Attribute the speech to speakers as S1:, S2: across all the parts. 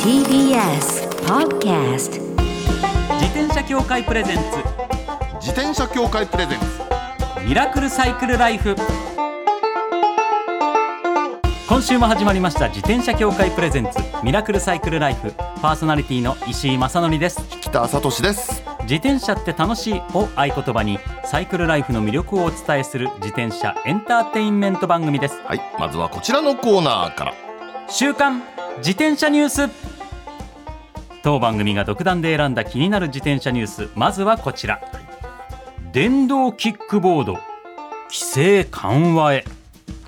S1: TBS Podcast
S2: 自転車協会プレゼンツ
S3: 自転車協会プレゼンツ
S2: ミラクルサイクルライフ今週も始まりました自転車協会プレゼンツミラクルサイクルライフパーソナリティの石井正則です
S3: 北聡です
S2: 自転車って楽しいを合言葉にサイクルライフの魅力をお伝えする自転車エンターテインメント番組です
S3: はいまずはこちらのコーナーから
S2: 週刊自転車ニュース当番組が独断で選んだ気になる自転車ニュースまずはこちら電動キックボード規制緩和へ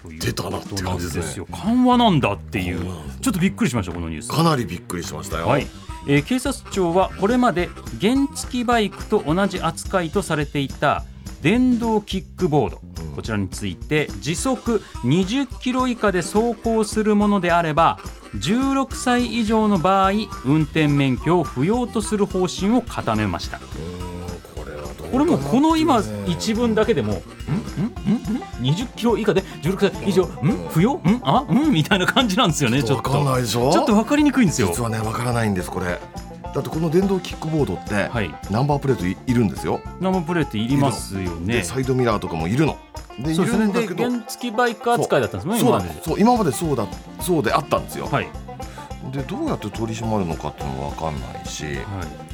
S2: という
S3: 出たなって
S2: ことなん
S3: 感じですね
S2: よ緩和なんだっていう
S3: 緩和なんですね
S2: ちょっとびっくりしましたこのニュース
S3: かなりびっくりしましたよ、
S2: はい、えー警察庁はこれまで原付バイクと同じ扱いとされていた電動キックボード、
S3: うん
S2: こちらについて時速20キロ以下で走行するものであれば16歳以上の場合運転免許を不要とする方針を固めました
S3: うーんこれはどうかな
S2: これもうこの今
S3: っていうね
S2: 一文だけでもんんんん20キロ以下で16歳以上ん不要んあんみたいな感じなんですよねちょっ
S3: わかんない
S2: と
S3: でしょ
S2: ちょっと分かりにくいんですよ
S3: 実はねわからないんですこれだってこの電動キックボードって、
S2: はい
S3: ナンバープレートいいるんですよ、
S2: 生プレートいりますよね
S3: でサイドミラーとかもいるので
S2: そうです
S3: いる
S2: ね。
S3: んだけ
S2: で
S3: ど
S2: 原付バイク扱いだったんですもんね
S3: そう
S2: 今
S3: な
S2: ま
S3: ん
S2: で
S3: ですそう今までそうだそうであったんですよ、
S2: はい、はい、
S3: でどうやって取り締まるのかっていうのもわかんないし、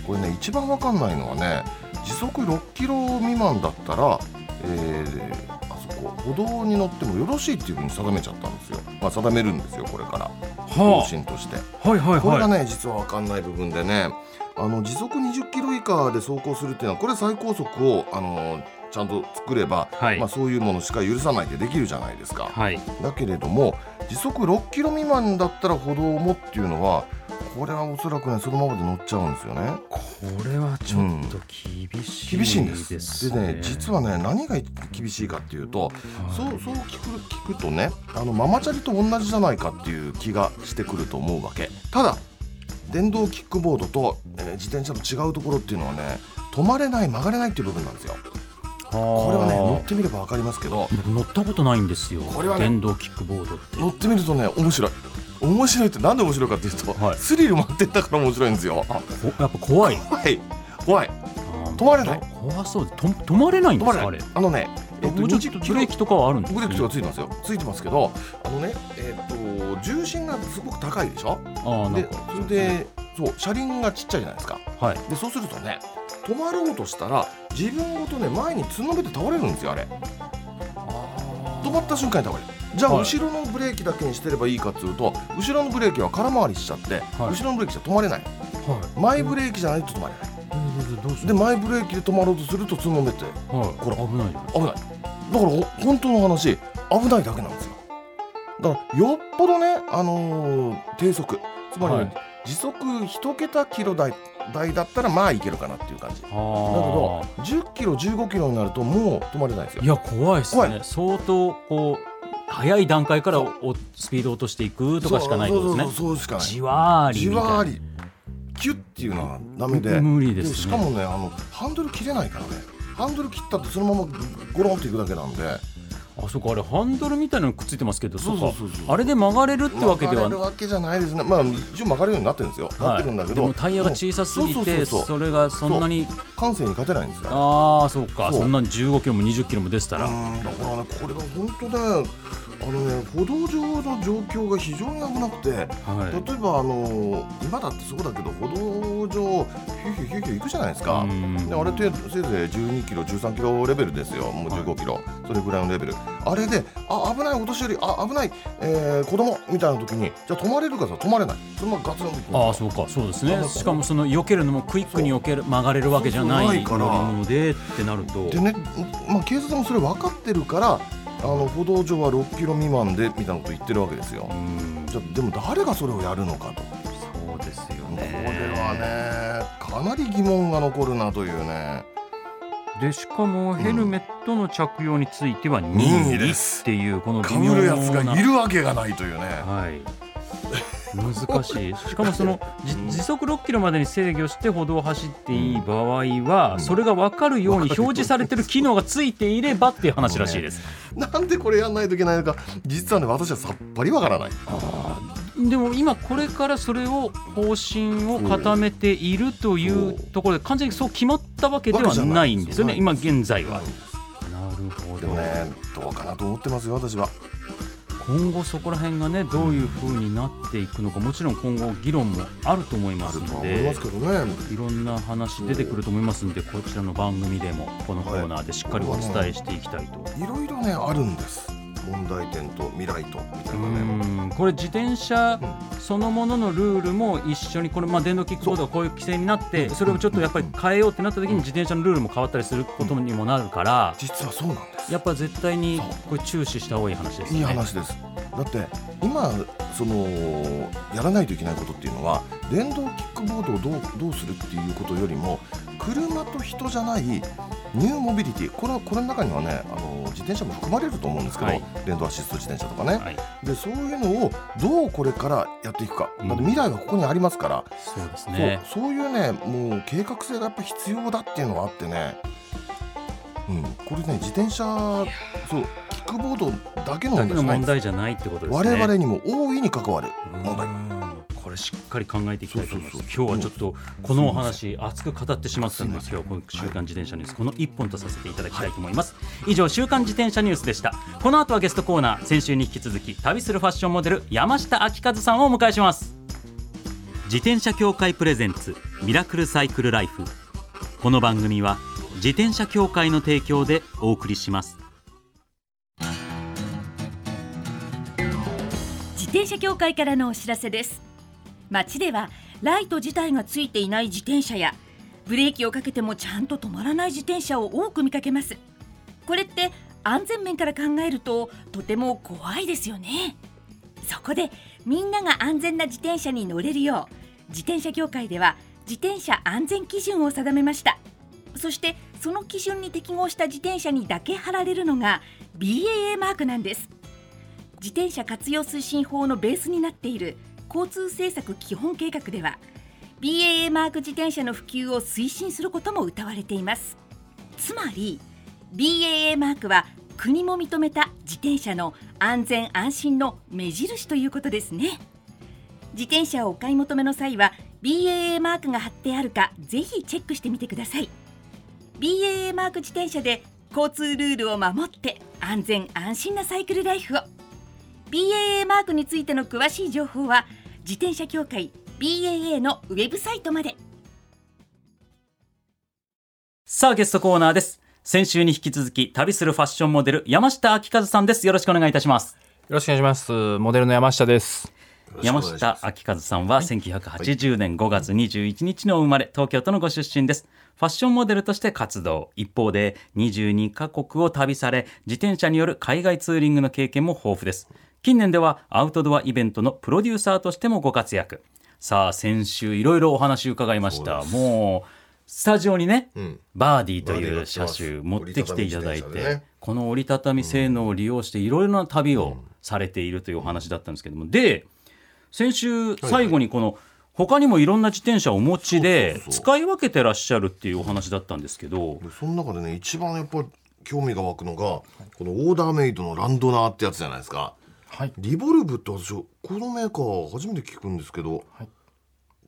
S3: これね一番わかんないのはね時速6キロ未満だったら、えーあそこ歩道に乗ってもよろしいっていうふうに定めちゃったんですよ、まあ、定めるんですよこれから方針として、
S2: あ、はいはい
S3: これが
S2: はい
S3: ね実はわかんない部分でねあの時速20キロ以下で走行するっていうのはこれ最高速をあのちゃんと作れば、
S2: はい
S3: まあ、そういうものしか許さないでできるじゃないですか、
S2: はい
S3: だけれども時速6キロ未満だったら歩道もっていうのはこれはおそらくねそのままで乗っちゃうんですよね
S2: これはちょっと厳しい、
S3: 厳しいんです。でね実は
S2: ね
S3: ね何が厳しいかっていうと、そ
S2: は
S3: うそう聞く聞くとねあのママチャリと同じじゃないかっていう気がしてくると思うわけただ電動キックボードと、えー自転車の違うところっていうのはね止まれない曲がれないっていう部分なんですよこれはね乗ってみれば分かりますけど
S2: 僕乗ったことないんですよ、
S3: これはね
S2: 電動キックボードって
S3: 乗ってみるとね面白い面白いってなんで面白いかっていうと、
S2: はい
S3: スリル満点だから面白いんですよ
S2: あこやっぱ怖い
S3: 怖い怖い
S2: 止
S3: 止まれない
S2: 怖そうでと止まれないん
S3: 止
S2: で
S3: ますれ
S2: かあ
S3: ない
S2: れ
S3: あのね、えっと、
S2: もうちょっ
S3: 20
S2: と
S3: キ
S2: ブ
S3: ロ
S2: レーキとかはあるんです
S3: ブレーキとかつ
S2: い
S3: いてますよついてますけどあのねえーっと重心がすごく高いでしょ
S2: あーなん
S3: で
S2: か
S3: それでそう車輪がちっちゃいじゃないですか
S2: はい
S3: でそうするとね止まろうとしたら自分ごとね前につんのめて倒れるんですよあれ止まった瞬間に倒れるじゃあ、
S2: はい
S3: 後ろのブレーキだけにしてればいいかっていうと後ろのブレーキは空回りしちゃって、
S2: はい
S3: 後ろのブレーキじゃ止まれない
S2: はい
S3: 前ブレーキじゃないと止まれない、
S2: どうす
S3: で
S2: る
S3: 前ブレーキで止まろうとするとつんのめて
S2: はい
S3: これ
S2: 危ないじゃん
S3: 危ないだからほ本当の話危ないだけなんですよだからよっぽどね、あのー低速つまり、
S2: はい
S3: 時速1桁キロ台台だったらまあいけるかなっていう感じだけ
S2: あ
S3: ど
S2: あ
S3: 10キロ15キロになるともう止まれないんですよ
S2: いや怖いです
S3: 怖
S2: ね相当こう早い段階からおスピードを落としていくとかしかないってことですね
S3: そうそうそうそうしかない
S2: じわーり
S3: じ
S2: みたいな
S3: わーりキュッっていうのはダメで
S2: 無理ですね
S3: しかもねあのハンドル切れないからねハンドル切ったってそのままゴロンといくだけなんで
S2: あそこあれハンドルみたいなのくっついてますけど
S3: そう
S2: そ
S3: そうう
S2: か
S3: そうそう
S2: あれで曲がれるってわけで
S3: 曲が
S2: は
S3: れるわけじゃないですね、まあ、一応曲がるようになってるんですよ、なってるんだけ
S2: で
S3: ど、
S2: もタイヤが小さすぎ
S3: そう
S2: て
S3: そうそうそう
S2: それがそんなに
S3: 感性に勝てないんですよ。
S2: ああそうか
S3: そう
S2: そんなに15キロも20キロも出てたら
S3: うんだからね、これが本当ね、あのね、歩道上の状況が非常に危なくて、
S2: はい
S3: 例えばあの今だってそうだけど、歩道上、ヒューヒューヒューヒュー行くじゃないですか、
S2: うん
S3: であれってせいぜい12キロ、13キロレベルですよ、もう15キロ、それぐらいのレベル、あれで、あ危ない、お年寄り、あ危ない、えー、子供みたいな時に、じゃあ止まれるかさ、止まれない、そのままガツンと行くんですよ
S2: ああそうかそうです
S3: だか
S2: ね
S3: ら
S2: しかもその避けるのもクイックに避ける曲がれるわけじゃな
S3: そうそうないいか
S2: 乗
S3: ら
S2: り物でってなると
S3: でね、まあ、警察もそれ分かってるからあの歩道上は6キロ未満でみたいなこと言ってるわけですよ
S2: うん
S3: じゃあでも誰がそれをやるのかとこ
S2: そうですよ
S3: れ
S2: ね
S3: はねかなり疑問が残るなというね
S2: でしかもヘルメットの着用については
S3: 任
S2: 任
S3: 意
S2: 意
S3: で
S2: ですすっていうこの
S3: か
S2: 微妙
S3: ぶ
S2: な
S3: るやつがいるわけがないというね
S2: はい難しいしかもそのじ時速6キロまでに制御して歩道を走っていい場合は、それが分かるように表示されてる機能がついていればっていう話らしいです、
S3: なんでこれやんないといけないのか実はね私はさっぱりわからない
S2: でも今これからそれを方針を固めているというところで完全にそう決まったわけではないんですよね
S3: わけじゃ
S2: 今
S3: ない
S2: 現在は。なるほ
S3: でもねどうかなと思ってますよ私は
S2: 今後そこら辺がねどういうふうになっていくのかもちろん今後議論もあると思いま
S3: あ
S2: す
S3: るとは
S2: の
S3: 思いま
S2: です
S3: けどね
S2: いろんな話出てくると思いますのでこちらの番組でもこのコーナーでしっかりお伝えしていきたいと。
S3: いろいろねあるんです問題点と未来とみた
S2: う
S3: いなね
S2: んこれ自転車そのもののルールも一緒にこれ、まあ、電動キックボードがこういう規制になってそれをちょっとやっぱり変えようってなった時に自転車のルールも変わったりすることにもなるから
S3: 実はそうなんです
S2: やっぱ絶対にこれ注視した方がいい話です
S3: いい
S2: よね。
S3: 話ですだって今そのやらないといけないことっていうのは電動キックボードをどうどうするっていうことよりも車と人じゃないニューモビリティこれはこれの中にはねあの自転車も含まれると思うんですけど、
S2: はい
S3: 電動アシスト自転車とかね、
S2: はい、
S3: でそういうのをどうこれからやっていくか、
S2: うん
S3: だって未来はここにありますから、
S2: そうですね
S3: そうそういうねもう計画性がやっぱ必要だっていうのがあってね、うん、これね自転車そうキックボードだけの
S2: だけ
S3: 問
S2: の
S3: 題じゃな
S2: 問
S3: いんです
S2: 題じゃないってことです
S3: 我
S2: ね。
S3: 々にも大いに関わる問題
S2: うんこれしっかり考えていきたいと思います。
S3: そうそうそう
S2: 今日はちょっとこのお話熱く語ってしまったんですけど、今週刊自転車ニュースこの一本とさせていただきたいと思います。以上週刊自転車ニュースでした。この後はゲストコーナー、先週に引き続き旅するファッションモデル山下明和さんをお迎えします。自転車協会プレゼンツミラクルサイクルライフ。この番組は自転車協会の提供でお送りします。
S1: 自転車協会からのお知らせです街ではライト自体がついていない自転車やブレーキをかけてもちゃんと止まらない自転車を多く見かけますこれって安全面から考えるととても怖いですよねそこでみんなが安全な自転車に乗れるよう自転車協会では自転車安全基準を定めましたそしてその基準に適合した自転車にだけ貼られるのが BAA マークなんです自転車活用推進法のベースになっている交通政策基本計画では BAA マーク自転車の普及を推進することも謳われていますつまり BAA マークは国も認めた自転車の安全安心の目印ということですね自転車をお買い求めの際は BAA マークが貼ってあるかぜひチェックしてみてください BAA マーク自転車で交通ルールを守って安全安心なサイクルライフを BAA マークについての詳しい情報は自転車協会 BAA のウェブサイトまで
S2: さあゲストコーナーです。先週に引き続き旅するファッションモデル山下明和さんです。よろしくお願いいたします。
S4: よろしくお願いします。モデルの山下です。
S2: 山下明和さんは1980年5月21日の生まれ、東京都のご出身です。ファッションモデルとして活動。一方で22カ国を旅され、自転車による海外ツーリングの経験も豊富です。近年ではアウトドアイベントのプロデューサーとしてもご活躍。さあ、先週いろいろお話伺いました。もう、スタジオにね、
S3: ん
S2: バーディーと
S3: バーデ
S2: い
S3: ィーが
S2: う
S3: 来てま
S2: 車
S3: す
S2: 種持ってきていただい
S3: 折りたたみ自
S2: て、
S3: 転車でね
S2: この折りたたみ性能を利用していろいろな旅をされているというお話だったんですけども、で先週最後にこの他にもいろんな自転車をお持ちで
S3: そうそうそう
S2: 使い分けてらっしゃるっていうお話だったんですけど
S3: でその中でね一番やっぱ興味が湧くのが、このオーダーメイドのランドナーってやつじゃないですか
S4: はい。
S3: リボルブって私このメーカー初めて聞くんですけど、
S4: はい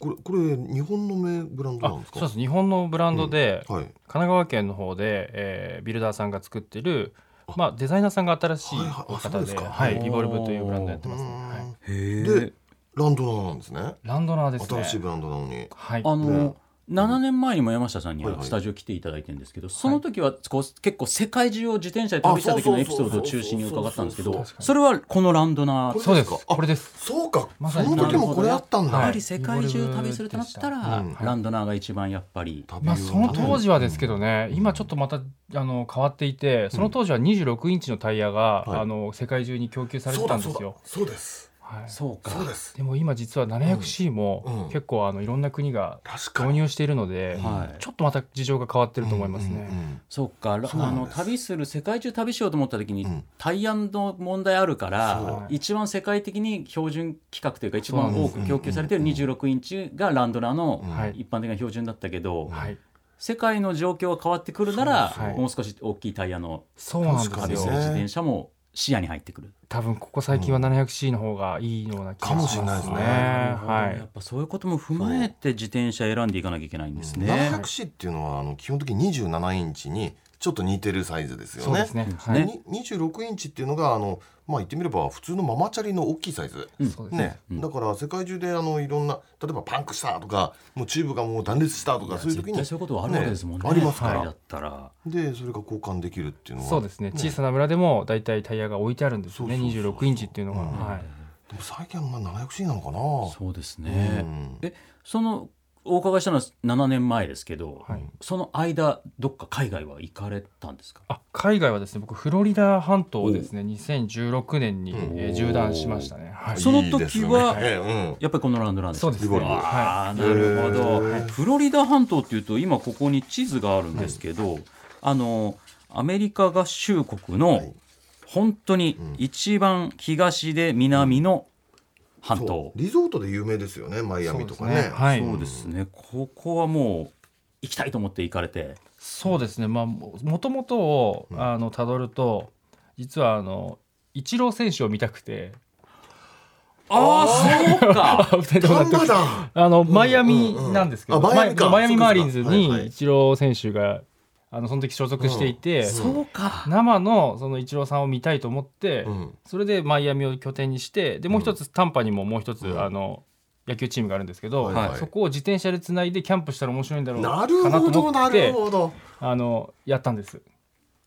S3: これこれ日本の名ブランド
S4: あ
S3: なんです、か
S4: そうです。日本のブランドで、
S3: はい
S4: 神奈川県の方で、えービルダーさんが作ってる、まあデザイナーさんが新しい
S3: はいはいあ
S4: お
S3: そう
S4: 方
S3: です
S4: で、
S3: か
S4: はい、
S2: おー
S4: リボルブというブランドやってますね。
S3: うーん
S4: はい
S3: でランドナーなんですね
S4: ランドナーですね。
S3: 新しいブランドなのに
S4: はい。
S2: あの
S3: ね
S2: 7年前にも山下さんに
S3: はい
S2: は
S3: はい
S2: スタジオ来ていただいてるんですけどその時はこう結構世界中を自転車で旅した時のエピソードを中心に伺ったんですけ
S3: そ
S2: ど
S3: う
S4: そうそう
S2: それはこのランドナー
S3: これ
S4: そうです。
S3: ですかあ
S4: これです。
S3: そうか、
S4: ま
S3: そ
S4: さに
S3: の時もこれあったんだ、
S4: な
S2: やはり
S4: るほど
S2: 世界中旅するとなったら、
S3: うん
S2: ランドナーが一番やっぱり、
S3: 旅
S4: まあ、
S3: 用
S4: そ
S3: のね
S4: の当時はですけどね、今ちょっとまたあの変わっていてその当時は26インチのタイヤ
S3: は
S4: が、
S3: い
S4: あの世界中に供給されてたんですよ。
S3: そうだそうだそうです
S4: はい、
S2: そうか
S3: そうです
S4: でも今実は 700C
S3: うんう
S4: も
S3: ん
S4: 結構あのいろんな国が
S3: 確か
S4: 導
S3: に
S4: 入しているので、
S2: はい
S4: ちょっとまた事情が変わってると思いますね。
S3: うんうんうん
S2: そうから
S3: そうな
S2: あ
S3: ん
S2: の
S3: です
S2: 旅する世界中旅しようと思った時に、
S3: うん
S2: タイヤの問題あるから
S4: そう
S2: 一番世界的に標準規格というか一番
S4: そう
S2: 多く供給されてる26インチがランドナーの
S3: うん
S4: はい
S2: 一般的な標準だったけど、
S4: はい、
S2: 世界の状況が変わってくるなら
S4: そうそう
S2: もう少し大きいタイヤの
S4: そうなん
S3: 確
S4: で
S3: か
S2: 旅す
S3: に
S4: すよ
S2: る。自転車も視野に入ってくる。
S4: 多分ここ最近は 700C の方がいいような気がします
S3: かもしれないですね
S2: なるほどや
S4: は
S2: っぱそういうことも踏まえて自転車選んでいかなきゃいけないんですね。
S3: 700C っていうのはあの基本的に27インチにちょっと似てるサイズです
S4: い。
S3: よね。
S4: そうですね。は
S2: ね
S4: い。
S3: に26インチっていうのがあの、まあ、言ってみれば普通のママチャリの大きいサイズ、
S2: うん
S4: そうですね
S3: ね。だから世界中であのいろんな例えばパンクしたとかもうチューブがもう断裂したとかそういう時
S2: 絶
S3: に
S2: 対そういうことはあるわけですもんね。
S3: ねありますから
S2: はいだったら。
S3: でそれが交換できるっていうのは
S4: そうですね。小さな村でもだいたいタイヤが置いてあるんですよね。
S3: そうそうそう
S4: 26インチっていうのが。
S3: うん
S4: はい。
S3: でも最近はまあ 700C なのかな
S2: そうですね。
S3: うん
S2: え、そのお伺いしたのは7年前ですけど、
S4: はい
S2: その間どっか海外は行かれたんですか。
S4: あ海外はですね僕フロリダ半島をですね2016年に、
S3: うん
S4: えー縦断しましたね、はい、
S2: その時はい
S3: いですね
S2: は
S3: ええ
S2: やっぱりこのランドラン
S4: そうです
S3: リボルブ
S2: ああ
S4: は
S2: なるほど
S3: へー
S2: フロリダ半島っていうと今ここに地図があるんですけど、あのアメリカ合衆国
S3: うん
S2: の本当に一番東で南の半
S3: そう
S2: 島、
S3: リゾートで有名ですよねマイアミとか
S4: そう
S3: ね
S4: ですねはい
S2: そうですねここはもう行きたいと思って行かれて
S4: い、そうですねまあももともとを
S3: うん
S4: あの辿ると実はあのイチロー選手を見たくて
S2: ああそう か
S4: あ二人とも納
S3: 丹
S4: 得
S3: 波だ
S4: あのマイアミなんですけど、
S3: うんうんあマイアミか
S4: マイアミマーリンズ
S3: そうですかはいは
S4: に
S3: い
S4: イチロー選手があのその時所属していて、
S3: うん
S2: そうか
S4: 生のそのイチローさんを見たいと思って、
S3: うん
S4: それでマイアミを拠点にしてでもう一つタンパにももう一つ、
S3: うん
S4: あの野球チームがあるんですけど、
S3: はい
S2: はい
S4: そこを自転車でつないでキャンプしたら面白いんだろう
S3: な
S4: か
S3: る
S4: な
S3: ほ
S4: と
S3: ど
S4: 思
S3: な
S4: って
S3: るほど
S4: あのやったんです。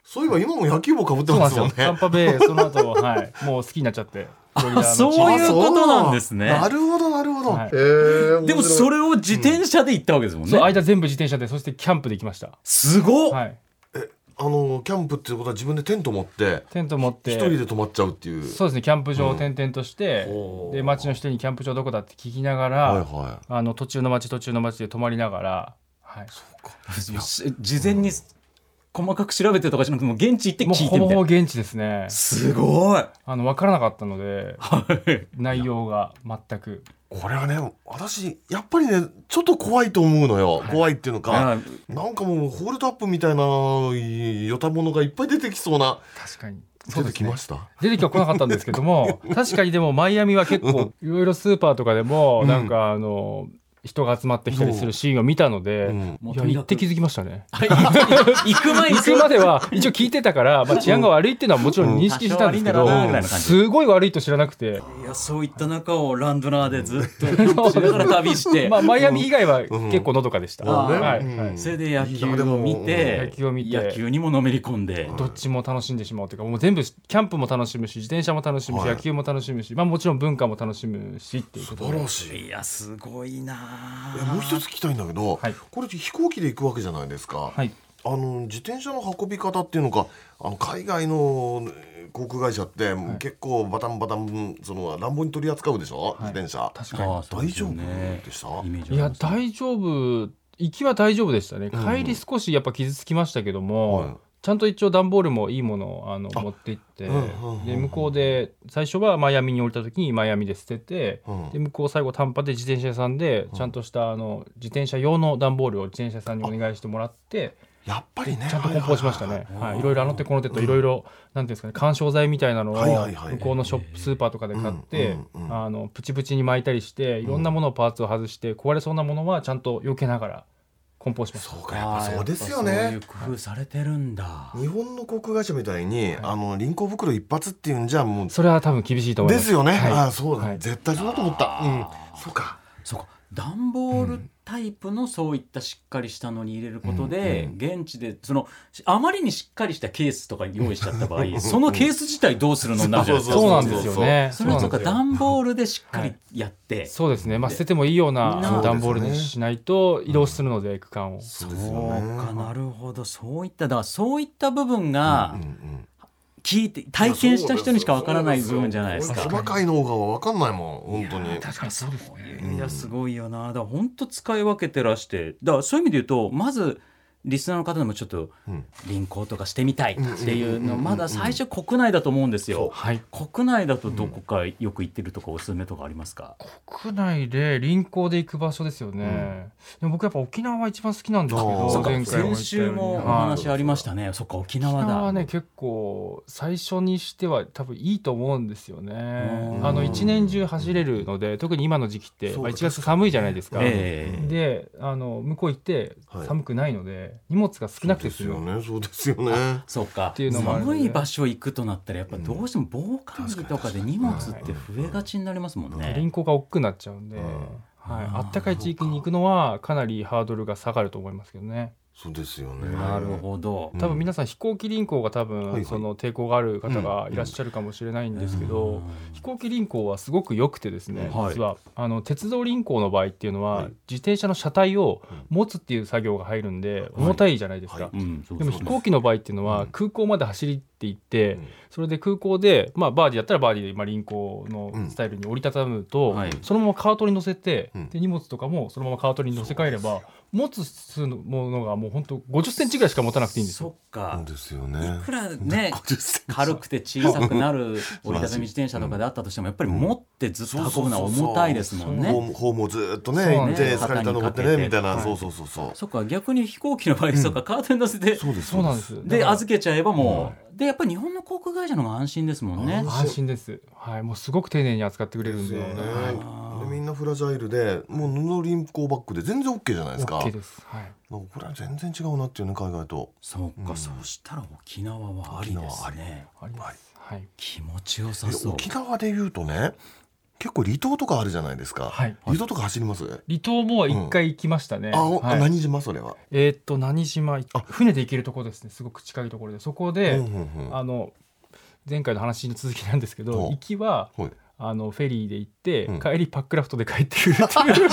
S3: そういえば今も野球帽かぶって
S4: そう
S3: ま
S4: なんですす
S3: もん
S4: よ。
S3: ね
S4: タンパベイその後 は、はい、もう好きになっちゃって。フロリダのチーム
S2: そういうことなんですね
S3: あそうなるほどなるほど。
S4: はい
S3: え
S2: でもそ
S3: れ
S2: れを自転車で行ったわけですもんね、
S4: そう間全部自転車でそしてキャンプで行きました。
S2: すごっ、
S4: はい。
S3: あのキャンプっていうことは自分でテント持って
S4: テント持っ
S3: 一
S4: て。
S3: 人で泊まっちゃうっていう。
S4: そうですねキャンプ場を転々として、
S3: ほう
S4: で町の人にキャンプ場どこだって聞きながら、
S3: はいは
S4: あの途中の町途中の町で泊まりながら、はい、
S2: し事前に細かく調べてとかしなくても現地行って
S4: もう
S2: 聞いて
S4: ほぼ
S2: み
S4: ほ
S2: た
S4: ぼ
S2: い
S4: 現地ですね
S2: すごい
S4: あの分からなかったので内容が全く
S3: い。これはね私やっぱりねちょっと怖いと思うのよ。怖いっていうのか。
S2: あ
S3: なんかもうホールドアップみたいなよたものがいっぱい出てきそうな。
S4: 確かに
S3: 出てきました。
S4: 出てきは来なかったんですけども確かにでもマイアミは結構いろいろスーパーとかでも
S3: うん
S4: なんかあの人が集まってきたりするシーンを見たので、
S3: うん
S2: もう
S4: い
S2: と
S4: や
S2: に
S4: 行
S2: か
S4: っ
S2: く
S4: て気づきましたね。
S2: はい 行く前に
S4: 行くまでは一応聞いてたから、まあ、治安が悪いっていうのはもちろん認識してたんですけど、
S2: うん多少悪いんだろうなぐらいの感じ
S4: すごい悪いと知らなくて、
S2: いやそういった中をランドナーでずっとキャンプしながら旅して、
S4: まあ、マイアミ以外は
S3: ん
S4: 結構のどかでした、
S2: あー
S4: はい
S3: うん
S4: はい
S2: それで野球を見
S4: いやでも
S2: て
S4: 野球を見て
S2: 野球にものめり込んで
S4: どっちも楽しんでしまうというかもう全部キャンプも楽しむし自転車も楽しむし、
S3: はい
S4: 野球も楽しむし、まあ、もちろん文化も楽しむしっていうこ
S3: 素
S4: と
S3: 晴
S4: で
S3: らしい。
S2: いやすごいな
S3: えもう一つ聞きたいんだけど、
S4: はい
S3: これ飛行機で行くわけじゃないですか。
S4: はい
S3: あの自転車の運び方っていうのかあの海外のえー航空会社って結構バタンバタンその乱暴に取り扱うでしょ、自転車
S4: 確かに
S2: あーそう
S3: 大
S2: です
S3: 丈
S2: よ
S3: 夫
S2: ね
S3: でした、
S2: イメージ
S4: い
S2: あ
S4: や
S2: ります
S4: 大丈夫行きは大丈夫でしたね
S3: うん
S4: 帰り少しやっぱ傷つきましたけども、
S3: はい
S4: ちゃんと一応段ボールもいいものをあの持って行って、
S3: うんうんうん
S4: で向こうで最初はマイアミに降りた時にマイアミで捨てて、
S3: うん
S4: で向こう最後短波で自転車屋さんでちゃんとしたあの自転車用の段ボールを自転車屋さんにお願いしてもらって
S3: やっぱりね
S4: ちゃんと梱包しました
S3: はい
S4: ね
S2: いはいはい
S4: はいいろいろあの手この手といろいろなんていうんですかね緩衝材みたいなのを
S3: はいはいはい
S4: 向こうのショップスーパーとかで買って
S3: うんうんうん
S4: あのプチプチに巻いたりしていろんなものをパーツを外して壊れそうなものはちゃんと避けながら梱包しました
S3: そうかやっぱそうですよ
S2: あーや
S3: ね
S2: っぱそういう工夫されてるんだ
S3: 日本の航空会社みたいに、あの輪行袋一発っていうんじゃもう
S4: それは多分厳しいと思い
S3: で
S4: ます
S3: すよね、
S4: はい
S3: ああそうだ、
S4: はい
S3: 絶対そうだと思ったうんそうか
S2: そうか段ボールタイプのそういったしっかりしたのに入れることで、現地でそのしあまりにしっかりしたケースとか用意しちゃった場合そのケース自体どうするのになるじゃないですか
S4: そうなんですよね
S2: それはそうか
S4: そうなん
S2: 段
S4: ですよ
S2: ボールでしっかりやって、
S4: そうですねまあ捨ててもいいようなあの段ボールにしないと移動するので区間を
S2: そう
S3: うですよね
S2: かなるほどそういっただからそういった部分が
S3: うんうん
S2: 聞いて体験した人にしかわからない部分じゃないです
S3: 細
S2: か。
S3: かいのがわかんないもん本当に
S2: 確かにそうですね。いやすごいよな。だから本当使い分けてらして、だからそういう意味で言うとまずリスナーの方でもちょっと
S3: うん
S2: 輪行とかしてみたいっていうのまだ最初国内だと思うんですよ。
S4: はい、
S2: 国内だとどこかよく行ってるとかおすすめとかありますか、
S4: 国内で臨港で行く場所ですよね、でも僕やっぱ沖縄は一番好きなんですけ
S3: あ
S4: ど
S3: ー
S2: そっか
S4: 前回も言
S2: 先
S4: ったよう
S2: 週
S4: に
S2: もお
S4: はい
S2: 話ありましたね、そっか沖
S4: 沖
S2: 縄だ
S4: 縄はね結構最初にしては多分いいと思うんですよね
S2: うん
S4: あの一年中走れるので特に今の時期って、
S3: そう
S4: まあ、1
S3: 確か
S4: 月
S3: に
S4: 寒いじゃないですか、
S2: ええ
S4: であの向こう行って
S3: はい
S4: 寒くないので、荷物が少なくて済む
S3: そうですよねそうですよね
S2: そうか
S4: ていうのもあるんで
S2: 寒
S4: ね
S2: い場所行くとなったらやっぱどうしても防寒着とかで荷物って増えがちになりますもんね。
S4: 輪行が億劫になっちゃうんで、
S3: うん
S4: はい、
S2: あー
S4: あったかい地域に行くのはかなりハードルが下がると思いますけどね
S3: そうですよね
S2: なるほど、
S3: うん
S4: 多分皆さん飛行機輪行が多分、
S3: はいはい
S4: その抵抗がある方がいらっしゃるかもしれないんですけど、
S2: うん
S4: 飛行機輪行はすごく良くてですね、
S2: はい
S4: 実はあの鉄道輪行の場合っていうのは、
S3: はい
S4: 自転車の車体を持つっていう作業が入るんで重たいじゃないですか、
S3: は
S2: うんそう
S4: で
S2: そう
S4: も飛行機の場合っていうのは空港まで走りっていって、
S3: うん
S4: それで空港で、まあ、バーディーだったらバーディーで今輪行のスタイルに折りたたむと、
S2: うんはい
S4: そのままカートに乗せて、
S3: うん
S4: で荷物とかもそのままカートに乗せ替えれば持つものがもう本当50センチぐらいしか持たなくていいんですよ。
S2: そっか
S3: そうですよね
S2: いくらね
S3: 50センチ
S2: 軽くて小さくなる折りたたみ自転車とかであったとしてもやっぱり持ってずっと運ぶのは重たいですもん
S3: ホー
S2: ね。
S3: ムホームをずーっと
S4: そう
S3: ね
S4: ね
S3: 行ってエスカレーター登って
S2: 肩にかけ
S3: ね
S2: て
S3: みたいな
S4: はい
S3: そうそうそうそう
S2: そっか逆に飛行機の場合、そうかカートに乗せて
S3: そうです
S4: そうなんですよ
S2: で
S4: だから
S2: 預けちゃえばもう、でやっぱり日本の航空会社の方が安心ですもんね。
S4: 安心です。はい、もうすごく丁寧に扱ってくれる
S3: で
S4: ん
S3: す
S4: で。
S3: よね
S2: はい
S3: でみんなフラジャイルでもう布輪行バッグで全然 OK じゃないですか
S4: OK です。はい。
S3: なんかこれは全然違うなっていうね海外と
S2: そうか、
S3: うん
S2: そうしたら沖縄はありで
S3: 沖縄
S2: す
S3: はあり
S2: ね。
S4: あります。はい。
S2: 気持ちよさ
S3: で
S2: そう。
S3: 沖縄で言うとね結構離島とかあるじゃないですか、
S4: はい
S3: 離島とか走ります、
S4: 離島も一回行きましたね。
S3: あ、お
S4: はい
S3: 何島それは、
S4: えーっと、何島、船で行けるところですね。すごく近いところで、そこで、
S3: うんうんうん
S4: あの。前回の話の続きなんですけど、
S3: ほう
S4: 行きは。
S3: はい
S4: あのフェリーで行って、
S3: うん
S4: 帰りパックラフトで帰ってくるっていう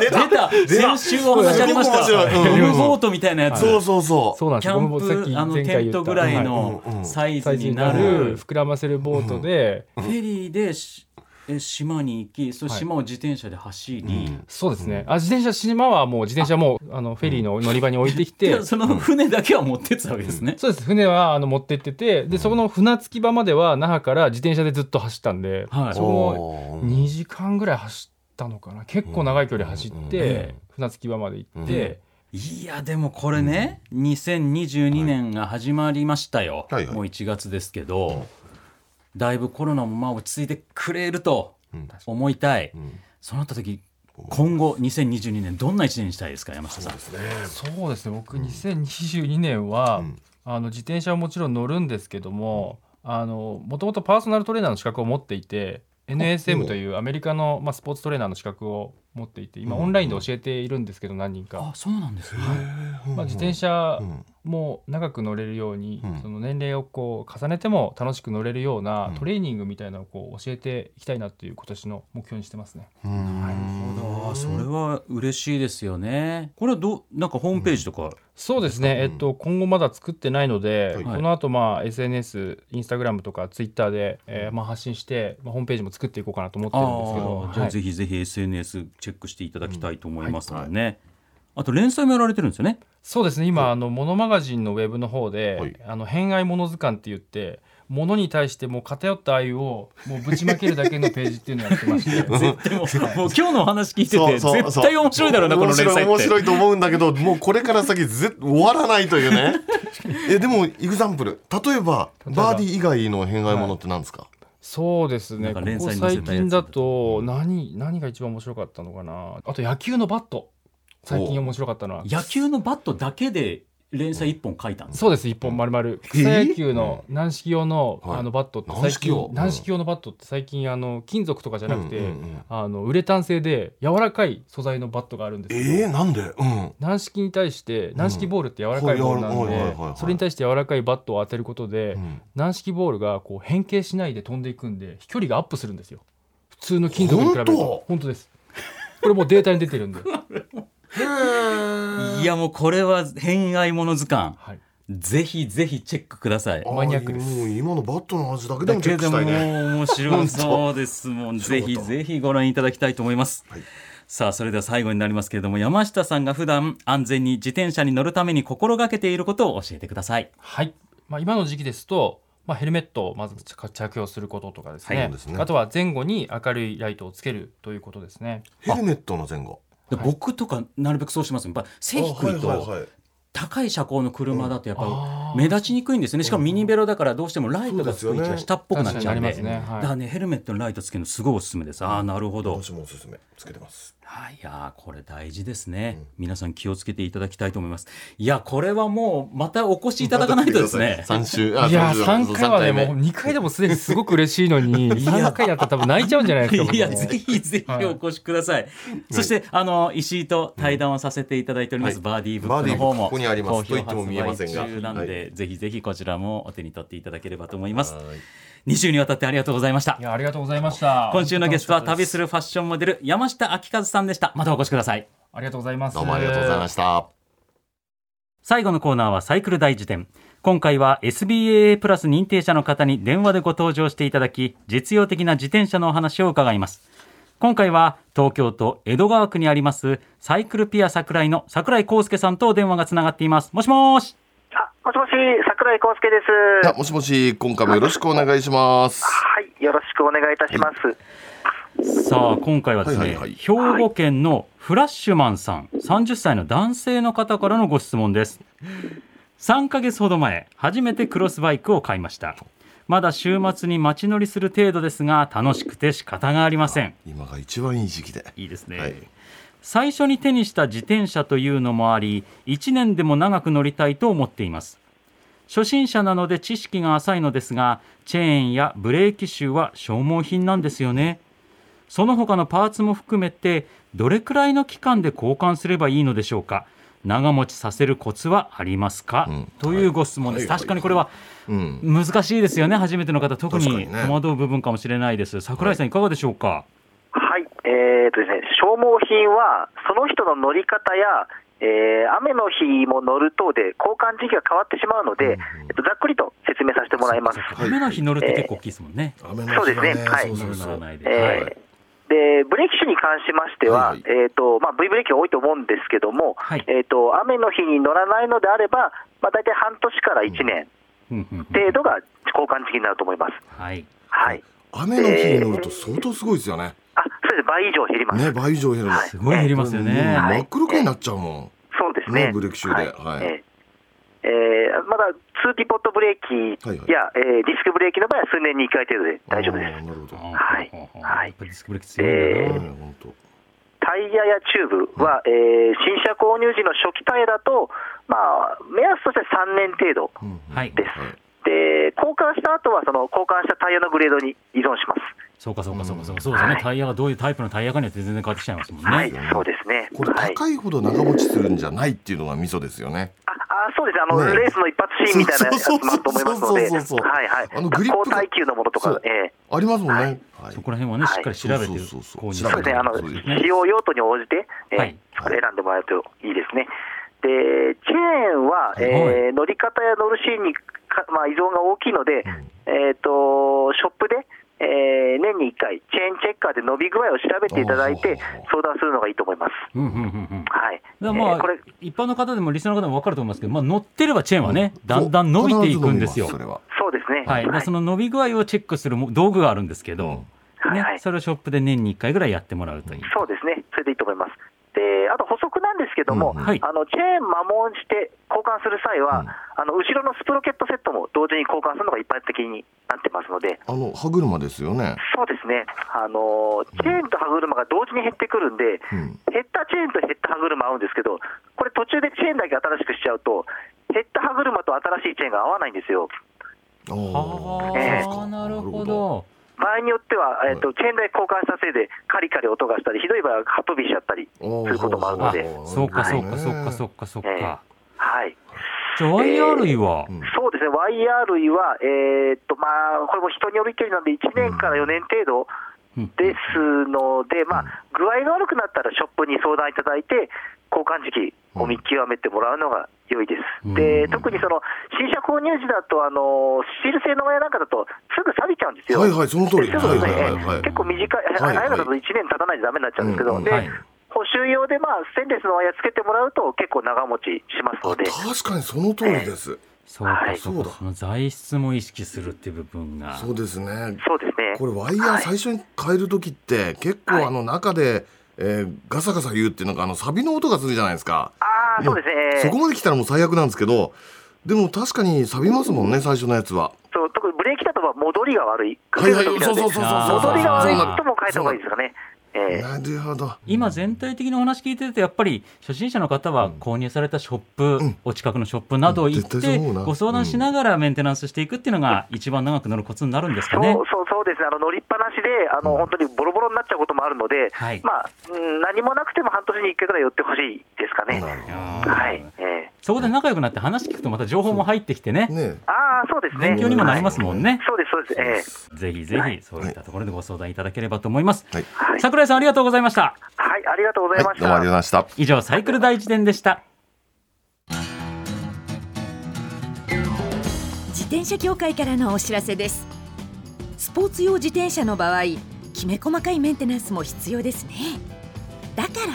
S3: 出
S2: 出
S3: た
S2: た
S3: 出た
S2: 先週お話ありまし
S3: すご
S2: た
S3: く面白いうん
S2: ゴムボートみたいなやつ、
S3: そうそうそ
S4: そうなんで
S2: キャ
S4: すよ
S2: ン
S4: 僕もさっき
S2: プあの
S4: 前回
S2: テ
S4: 言
S2: ン
S4: った
S2: トぐらい
S4: は
S2: の
S3: うんうん
S2: サイ
S4: い
S2: ズ
S4: サイズ
S2: に
S4: に
S2: な
S4: な
S2: る
S4: る膨らませるボートで、
S2: フェリーでしえ島に行きそう
S4: はい
S2: 島を自転車で走
S3: う、う
S2: り、
S3: ん
S4: そうですねあ自転車島はもう自転車もあのフェリーの乗り場に置いて きて、
S2: でその船だけは持ってったわけですね、
S4: そうです船はあの持ってっててでそこの船着き場までは那覇から自転車でずっと走ったんで、
S2: はい
S4: そこも
S3: おー
S4: 2時間ぐらい走ったのかな結構長い距離走って、
S3: うん
S2: うん
S4: 船着き場まで行って、
S3: うん
S2: いやでもこれね、2022年が始まりましたよ、
S3: はいはい
S2: もう1月ですけど、だいぶコロナもまあ落ち着いてくれると
S3: うん
S2: 思いたい、
S3: うん
S2: そうなった時今後2022年どんな1年にしたいですか山下さん
S3: ですね
S4: そうですね僕2022年は、
S3: うん
S4: あの自転車はもちろん乗るんですけどももともとパーソナルトレーナーの資格を持っていて
S3: お
S4: NSM というアメリカの、まあ、スポーツトレーナーの資格を持っていて今
S3: うん
S4: オンラインで教えているんですけど何人か、
S2: あそうなんですね、
S4: まあ、自転車
S3: うん
S4: もう長く乗れるように、
S3: うん
S4: その年齢をこう重ねても楽しく乗れるような
S3: うん
S4: トレーニングみたいなのをこう教えていきたいなっていう今年の目標にしてますね。
S3: うん
S2: なるほどそれは嬉しいですよねこれはどうなんかホームページとか、
S4: そうですね、えっと、今後まだ作ってないので、
S3: はい
S4: この後まあ SNS、インスタグラムとかツイッターで、えーまあ発信して、まあ、ホームページも作っていこうかなと思ってるんですけど、
S2: あーじゃ
S4: は
S2: あ
S4: い
S2: ぜひぜひ SNS チェックしていただきたいと思いますのでね、あと連載もやられてるんですよね。
S4: そうですね、今、あのモノマガジンのウェブの方で、
S3: はい
S4: あの偏愛もの図鑑って言って、ものに対してもう偏った愛をもうぶちまけるだけのページっていうのをやってまして
S2: でももう今日のお話聞いて
S3: そう
S2: て
S3: そう
S2: 絶対面白いだろうなこの連載って
S3: 面白い面白いと思うんだけどもうこれから先ぜ終わらないというねえでもイグザンプル例えば
S4: 例えば
S3: バーディー以外の変害ものって何ですか、
S4: そうです
S2: なん
S4: ね。
S2: か
S4: こ
S2: 連
S4: こ
S2: 載に載せ
S4: 最
S2: たやつ
S4: 近だと何何が一番面白かったのかな。あと野球のバット。最近面白かったのは。
S2: 野球のバットだけで連載一本書いたんです
S4: そうです一本丸々草野球の軟式用の
S3: はい
S4: あのバットって
S3: 軟
S4: 最
S3: 式用
S4: 近軟式用のバットって最近あの金属とかじゃな
S3: う
S4: く
S3: んう
S4: て
S3: んうん
S4: あのウレタン製で柔らかい素材のバットがあるんですけど
S3: えー、なんでうん
S4: 軟式に対して軟式ボールって柔らかいボールな
S3: はいはいはいはい
S4: ん
S3: はい
S4: でそれに対して柔らかいバットを当てることで
S3: うん
S4: 軟式ボールがこう変形しないで飛んでいくんで飛距離がアップするんですよ普通の金属に比べる
S3: 本
S4: と本当ですこれもうデータに出てるんで、
S2: いやもうこれは偏愛もの図鑑
S4: はい、
S2: ぜひぜひチェックください
S4: マニアックです
S3: あーもう今のバットの味だけで
S2: だ
S3: もチェ
S2: け
S3: ックし
S2: ど
S3: た
S2: も
S3: いね
S2: 面白そうですもんぜひぜひご覧いただきたいと思います、
S3: はい
S2: さあそれでは最後になりますけれども山下さんが普段安全に自転車に乗るために心がけていることを教えてください
S4: はい、まあ、今の時期ですと、まあ、ヘルメットをまず着着用することとかですね,、
S3: はいそうですね
S4: あとは前後に明るいライトをつけるということですね
S3: ヘルメットの前後
S2: で僕とかなるべくそうしますやっぱ背低いと高い車高の車だとやっぱ
S4: あー
S2: 目立ちにくいんですよねしかもミニベロだからどうしてもライトがつく位
S3: そう
S2: 置
S3: ですよ
S2: が
S3: ね
S2: 下っぽくなっちゃうんで
S4: 確かになりますねはい
S2: だからねヘルメットのライトつけるのすごいおすすめですああなるほど
S3: 私もおすすめつけてます
S2: はい、いやーこれ大事ですね、皆さん気をつけていただきたいと思いますいやこれはもうまたお越しいただかないとですね
S3: 三週
S4: いやー3回はねもう
S3: う
S4: 2回でもすでにすごく嬉しいのに3回やったら多分泣いちゃうんじゃないですか僕
S2: いや
S4: も
S2: ぜひぜひお越しください、そしてあの石井と対談をさせていただいております、
S3: うん
S2: バーディーブックの方も
S3: バーディーブックここにあります
S2: 好評
S3: と言っても見えませんが
S2: 発売中なんで、
S3: は
S2: ぜひぜひこちらもお手に取っていただければと思います2週にわたってありがとうございました
S4: いやありがとうございました
S2: 今週のゲストは旅
S4: る
S2: するファッションモデル山下明和さんでしたまたお越しください
S4: ありがとうございます
S3: どうもありがとうございました
S2: 最後のコーナーはサイクル大辞典今回は SBAA プラス認定者の方に電話でご登場していただき実用的な自転車のお話を伺います今回は東京都江戸川区にありますサイクルピア桜井の桜井康介さんと電話がつながっていますもしもーし
S5: あ、もしもし、桜井康介です。
S3: いやもしもし今回もよろしくお願いします
S5: はい、よろしくお願いいたします。
S2: さあ今回はですね、
S3: はいはいはい
S2: 兵庫県のフラッシュマンさん30歳の男性の方からのご質問です3ヶ月ほど前初めてクロスバイクを買いましたまだ週末に街乗りする程度ですが楽しくて仕方がありません
S3: 今が一番いい時期で
S2: いいですね、
S3: はい
S2: 最初に手にした自転車というのもあり1年でも長く乗りたいと思っています初心者なので知識が浅いのですがチェーンやブレーキシューは消耗品なんですよねその他のパーツも含めてどれくらいの期間で交換すればいいのでしょうか長持ちさせるコツはありますか、
S3: うん
S2: というご質問です、
S3: はい
S2: 確かにこれは
S3: うん
S2: 難しいですよね初めての方特
S3: 確か
S2: に
S3: にね
S2: 戸惑う部分かもしれないです桜井さんいかがでしょうか、
S5: はい、えーとですね、消耗品は、その人の乗り方や、えー雨の日も乗る等で交換時期が変わってしまうので、えっと、ざっくりと説明させてもらいます。
S3: はい
S2: 雨の日乗るって結構大きいですもんね。
S3: 雨の日が
S5: そうですねはい
S3: そうそう
S2: 乗
S3: そ
S2: ら
S3: う
S2: ないで。
S5: えー
S2: はい
S5: でブレーキ種に関しましては、
S3: はい
S5: えーとまあ、V ブレーキが多いと思うんですけども、
S2: はい
S5: えー、と雨の日に乗らないのであれば、まあ、大体半年から1年
S2: うんうんうん
S5: 程度が交換時期になると思います。
S2: はい。
S5: はい、
S3: 雨の日に乗ると相当すごいですよね
S5: あそれで倍以上減ります。
S3: ね倍以上減るの
S5: はい
S2: すごい減りますよね。
S3: もう
S5: は
S3: 真
S5: い
S3: っ黒けになっちゃうも
S5: そうです
S3: ね
S5: ね。
S3: ブレーキシューではい
S5: ええええまだ2ピポットブレーキ
S3: はいはい
S5: や、ええディスクブレーキの場合は数年に1回程度で
S3: ん
S5: 大丈夫で
S3: あー
S5: す。
S3: なるほど
S2: あ
S3: ね
S5: はい
S2: ほうほうほう
S5: はい
S2: やっぱりディスクブレーキ強いんだな。
S3: 本当
S5: タイヤやチューブは、ええ新車購入時の初期タイヤだと、まあ、目安として3年程度
S3: うんうん
S2: はい
S5: です。で、交換した後はその交換したタイヤのグレードに依存します。
S2: そうかそうかそうかそうかそうですね。
S5: はい
S2: タイヤがどういうタイプのタイヤかによって全然変わってきちゃいますもんね。
S5: はい、そうですね。
S3: これ
S5: はい
S3: 高いほど長持ちするんじゃないっていうのがミソですよね。
S5: ああそうですあの、
S3: ね
S5: レースの一発シーンみたいなやつ
S3: そう
S5: もあると思いますので、
S3: そうそうそうそう
S5: はいはい、
S3: あのグリップ
S5: 高
S3: が
S5: 耐久のものと
S3: そ
S5: か
S3: う、
S5: ええ
S3: ありますもんね。
S5: は
S3: はいい。
S2: そこら辺はねしっかり調べて
S3: はいそうそう
S2: 購
S3: そ
S2: 入
S3: うそう
S5: そうですね、あの
S3: そうです
S2: ね
S5: 使用用途に応じて、えー
S2: はい
S5: 選んでもらうといいですね。で、チェーンは、
S2: い
S5: えー乗り方や乗るシーンにか、まあ、依存が大きいので、えっ、と、ショップで、えー年に1回、チェーンチェッカーで伸び具合を調べていただいて
S3: あー、
S5: 相談するのがいいと思います。
S2: うんうんうんうん。
S5: はい。
S2: だからまあ
S5: えーこれ、
S2: 一般の方でもリスナーの方も分かると思いますけど、まあ、乗ってればチェーンはね、
S3: うん
S2: だんだん伸びていくんですよ。
S3: 必ず伸びま
S5: そうですね。
S2: はい、でその伸び具合をチェックするも道具があるんですけ
S3: それは
S2: ど、。
S5: はいは
S2: ね
S5: い、
S2: それをショップで年に1回ぐらいやってもらうという。
S5: そうですね、それでいいと思います。であと補足なんですけど
S3: う
S5: も、
S3: ん
S2: はい
S5: あのチェーン摩耗して交換する際
S3: う
S5: は、
S3: ん
S5: あの後ろのスプロケットセットも同時に交換するのが一般的になってますので、
S3: あの歯車ですよね。
S5: そうですね、あのチェーンと歯車が同時に減ってくるんで、
S3: うん。
S5: 減ったチェーンと減った歯車合うんですけど、これ、途中でチェーンだけ新しくしちゃうと、減った歯車と新しいチェーンが合わないんですよ。
S3: あ
S5: ええ
S2: ああ、なるほ。ど。
S5: 場合によっては、えっとチェーン代交換したせいで、カリカリ音がしたり、ひどい場合はハプビしちゃったりす
S3: そう
S5: ることもあるの
S2: あ
S5: で、、
S2: そうかそうか
S3: はい
S2: そうかそうかそう
S5: え
S2: か。
S5: はい、
S2: じゃあ YR 類は、
S3: うん
S5: そうですね、YR 類は、えーっとまあ、これも人による意見なんで、1年から4年程度
S2: うん
S5: ですので、まあ、具合が悪くなったらショップに相談いただいて、交換時期を見極めてもらうのが良いです。
S2: うん
S5: で、特にその新車購入時だと、あのシール製のワイヤーなんかだと、すぐ錆びちゃうんですよ。
S3: はいはいその通り。
S5: で
S3: は
S5: すぐ
S3: い
S5: ね
S3: はいはいはい。
S5: 結構短い、
S3: はいはい
S5: 早いのだと1年経たないとダメになっちゃうんですけど、
S3: うんうん
S5: で
S2: はい
S5: 補修用で、まあ、ステンレスのワイヤーつけてもらうと結構長持ちしますの
S3: あ
S5: で、
S3: 確かにその通りです、
S2: そうか
S5: はい
S2: そう
S3: そう
S2: か
S3: だ
S2: その材質も意識するっていう部分が
S3: そうですね
S5: そうですね。
S3: これワイヤー最初に変える時って結
S5: はい
S3: 構あの中で、えーガサガサ言うっていうのがあのサビの音がするじゃないですか
S5: ああ、そうですね。
S3: そこまで来たらもう最悪なんですけどでも確かに錆びますもんね最初のやつは
S5: そう特にブレーキだとは戻りが悪い。
S3: はいはい
S5: 車の時な
S3: そう
S5: の
S3: そう
S5: で
S3: そう
S2: そう
S5: 戻りが悪い
S2: そう
S5: 人も変えた方がいいですかね。ええ
S3: なるほど
S2: 今全体的にお話聞いてるとやっぱり初心者の方は購入されたショップ、
S3: うん
S2: お近くのショップなど行っ
S3: うん絶対
S2: て
S3: そう思うな
S2: ご相談しながらメンテナンスしていくっていうのが一番長く乗るコツになるんですかね
S5: そう。そうそうですね、あの乗りっぱなしで、あの
S3: うん
S5: 本当にボロボロになっちゃうこともあるので、
S2: はい
S5: まあ、うん何もなくても半年に1回ぐらい寄ってほしいですかね。
S3: なるほ
S5: はいええ
S2: そこで仲良くなって話聞くとまた情報も入ってきてね
S3: どね
S5: ああ、そうですね。
S2: 勉強にもなりますもんね。
S5: そうです、そうです。ええ
S2: ぜひぜひそういったところでご相談いただければと思います。
S3: はい、
S5: はい、
S2: 桜井さんありがとうございました。
S5: はい、ありがとうございま
S3: はい、
S5: し
S3: どうもあ
S5: た
S3: りがとうござい。ました
S2: 以上サイクル大辞典でした。
S1: 自転車協会からのお知らせですスポーツ用自転車の場合きめ細かいメンテナンスも必要ですねだから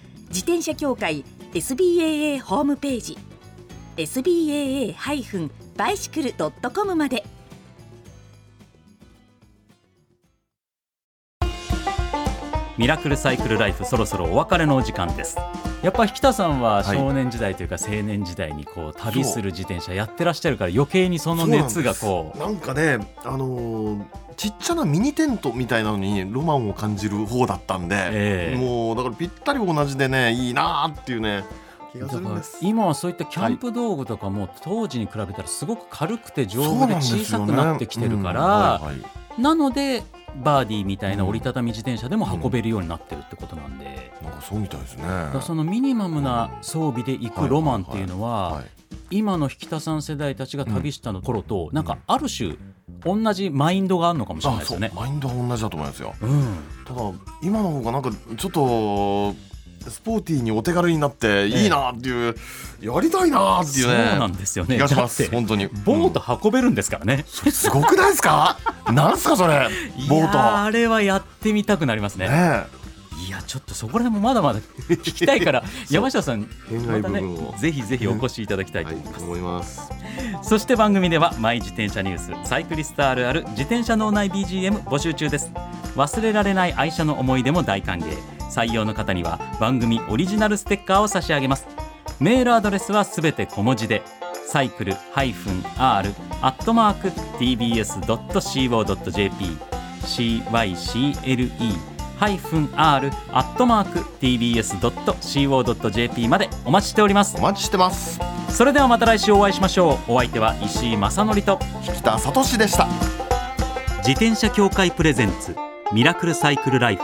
S1: 自転車協会 SBAA ホームページ SBAA-bicycle.com まで
S2: ミラクルサイクルライフそろそろお別れのお時間ですやっぱ引田さんは
S3: はい
S2: 少年時代というか青年時代にこう旅する自転車やってらっしゃるから余計にその
S3: そうなんです
S2: 熱がこ
S3: なんかねあのーちっちゃなミニテントみたいなのにロマンを感じる方だったんで、
S2: ええ
S3: もうだからぴったり同じでねいいなーっていうね気
S2: う
S3: がするんです
S2: 今はそういったキャンプ道具とかも当時に比べたらすごく軽くて丈夫で小さくなってきてるからな,、
S3: そうなんですよねうんはいはい
S2: のでバーディーみたいな折りたたみ自転車でも運べるようになってるってことなんで、
S3: なんかそうみたいですね
S2: だからそのミニマムな装備で行くロマンっていうのは
S3: はい
S2: 今の引田さん世代たちが旅したの頃と、なんかある種同じマインドがあるのかもしれない
S3: あ
S2: です
S3: そ
S2: よ
S3: う
S2: ね。
S3: マインドは同じだと思いますよ
S2: うん、
S3: ただ今の方がなんかちょっとスポーティーにお手軽になっていいなーっていう、やりたいなーってい
S2: そうう
S3: ね
S2: なんですよね。
S3: 気がしま
S2: だ
S3: す
S2: って
S3: 本当に
S2: ボー
S3: うん
S2: ト運べるんですからね。
S3: それすごくないですかなんすかそれボ
S2: い
S3: ー
S2: やー
S3: ト
S2: あれはやってみたくなりますね。
S3: ね
S2: いやちょっとそこら辺もまだまだ聞きたい から山下さん
S3: え
S2: またね
S3: 偏愛部分を
S2: ぜひぜひお越しいただきたいと思います。
S3: はい、思います
S2: そして番組ではマイ自転車ニュースサイクリストあるある自転車脳内 BGM 募集中です忘れられない愛車の思い出も大歓迎採用の方には番組オリジナルステッカーを差し上げますメールアドレスはすべて小文字でサイクル -r-tbs.co.jp cycle-r-tbs.co.jp までお待ちしております
S3: お待ちしてます
S2: それではまた来週お会いしましょうお相手は石井正則と
S3: 引田聡でした
S2: 自転車協会プレゼンツミラクルサイクルライフ